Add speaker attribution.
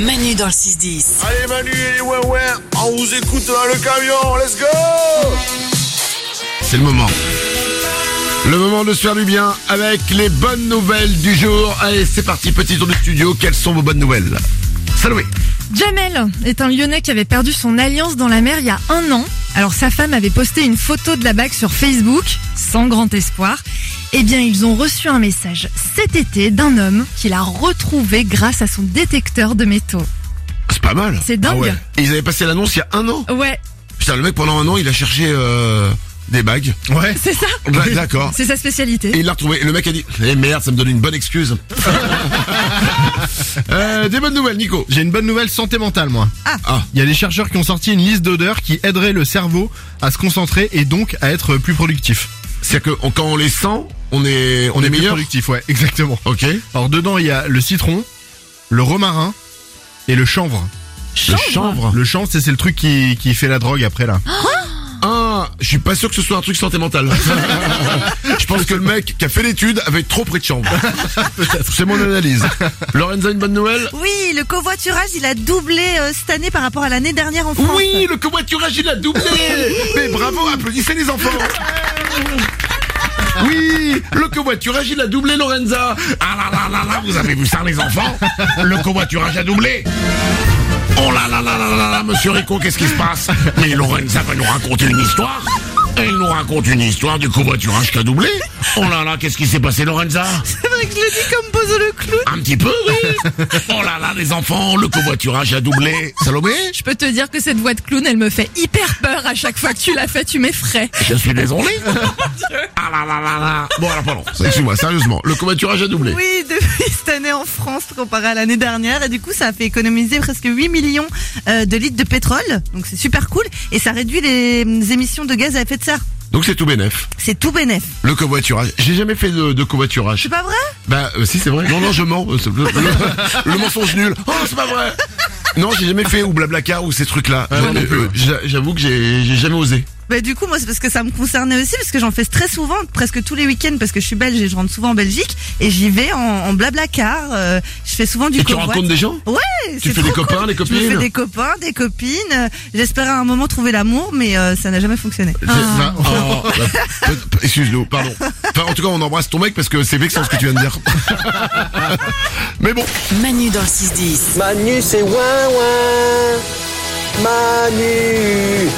Speaker 1: Manu dans le 6-10.
Speaker 2: Allez Manu et les Ouin-Ouin, on vous écoute dans le camion, let's go
Speaker 3: C'est le moment. Le moment de se faire du bien avec les bonnes nouvelles du jour. Allez, c'est parti, petit tour du studio. Quelles sont vos bonnes nouvelles Salut
Speaker 4: Jamel est un Lyonnais qui avait perdu son alliance dans la mer il y a un an. Alors sa femme avait posté une photo de la bague sur Facebook, sans grand espoir. Eh bien, ils ont reçu un message cet été d'un homme qui l'a retrouvé grâce à son détecteur de métaux.
Speaker 3: C'est pas mal.
Speaker 4: C'est dingue.
Speaker 3: Ah ouais. Et Ils avaient passé l'annonce il y a un an.
Speaker 4: Ouais,
Speaker 3: Putain, le mec pendant un an, il a cherché euh, des bagues.
Speaker 5: Ouais.
Speaker 4: c'est ça.
Speaker 3: Ouais, D'accord.
Speaker 4: C'est sa spécialité.
Speaker 3: Et il l'a retrouvé. Et le mec a dit, eh merde, ça me donne une bonne excuse. Euh, des bonnes nouvelles, Nico.
Speaker 5: J'ai une bonne nouvelle santé mentale, moi.
Speaker 3: Ah.
Speaker 5: Il y a des chercheurs qui ont sorti une liste d'odeurs qui aiderait le cerveau à se concentrer et donc à être plus productif.
Speaker 3: C'est-à-dire que on- quand on les sent, on est, on est,
Speaker 5: plus
Speaker 3: meilleur.
Speaker 5: productif, ouais, exactement.
Speaker 3: Ok.
Speaker 5: Alors dedans, il y a le citron, le romarin et le chanvre.
Speaker 3: Le chanvre.
Speaker 5: Le chanvre, c'est c'est le truc qui, qui fait la drogue après, là.
Speaker 3: Ah, je suis pas sûr que ce soit un truc santé mentale. je pense que le mec qui a fait l'étude avait trop pris de chambre. C'est mon analyse. Lorenza, une bonne nouvelle
Speaker 6: Oui, le covoiturage, il a doublé euh, cette année par rapport à l'année dernière en France.
Speaker 3: Oui, le covoiturage, il a doublé. Mais bravo, applaudissez les enfants. Oui, le covoiturage, il a doublé, Lorenza. Ah là là là là, vous avez vu ça, les enfants Le covoiturage a doublé. Oh là là là là là là, monsieur Rico, qu'est-ce qui se passe Mais Lorenza va nous raconter une histoire. Elle nous raconte une histoire du covoiturage qui a doublé. Oh là là, qu'est-ce qui s'est passé, Lorenza
Speaker 6: C'est vrai que je le dis comme Bozo le clown.
Speaker 3: Un petit peu, oui. Oh là là, les enfants, le covoiturage a doublé. Salomé
Speaker 4: Je peux te dire que cette voix de clown, elle me fait hyper peur à chaque fois que tu la fais, tu m'effraies.
Speaker 3: Je suis désolé. ah là là là là. Bon alors pardon. Excuse-moi, sérieusement. Le covoiturage a doublé.
Speaker 6: Oui, depuis cette année en France comparé à l'année dernière. Et du coup, ça a fait économiser presque 8 millions euh, de litres de pétrole. Donc c'est super cool. Et ça réduit les mm, émissions de gaz à effet de serre.
Speaker 3: Donc c'est tout bénef.
Speaker 6: C'est tout bénef.
Speaker 3: Le covoiturage. J'ai jamais fait de, de covoiturage.
Speaker 6: C'est pas vrai
Speaker 3: Bah euh, si c'est vrai. Non non je mens. Euh, c'est- Le, le- le mensonge nul. Oh c'est pas vrai. Non j'ai jamais fait ou blablacar ou ces trucs là.
Speaker 5: Ouais, moi Ah, non plus.
Speaker 3: J'avoue que j'ai j'ai jamais osé.
Speaker 6: Bah du coup moi c'est parce que ça me concernait aussi parce que j'en fais très souvent presque tous les week-ends parce que je suis belge et je rentre souvent en Belgique et j'y vais en, en blabla car je fais souvent du
Speaker 3: Et tu
Speaker 6: covoit.
Speaker 3: rencontres des gens
Speaker 6: Ouais,
Speaker 3: Tu
Speaker 6: c'est
Speaker 3: fais des
Speaker 6: trop
Speaker 3: copains, des
Speaker 6: cool. Je me
Speaker 3: copines
Speaker 6: fais des copains, des copines. Euh, J'espérais à un moment trouver l'amour, mais euh, ça n'a jamais fonctionné.
Speaker 5: Ah.
Speaker 3: Bah, oh, bah, peut- peut- Excuse-nous, pardon. Enfin, en tout cas, on embrasse ton mec parce que c'est vexant ce que tu viens de dire. Mais bon.
Speaker 1: Manu dans le 6-10.
Speaker 7: Manu c'est ouin ouin Manu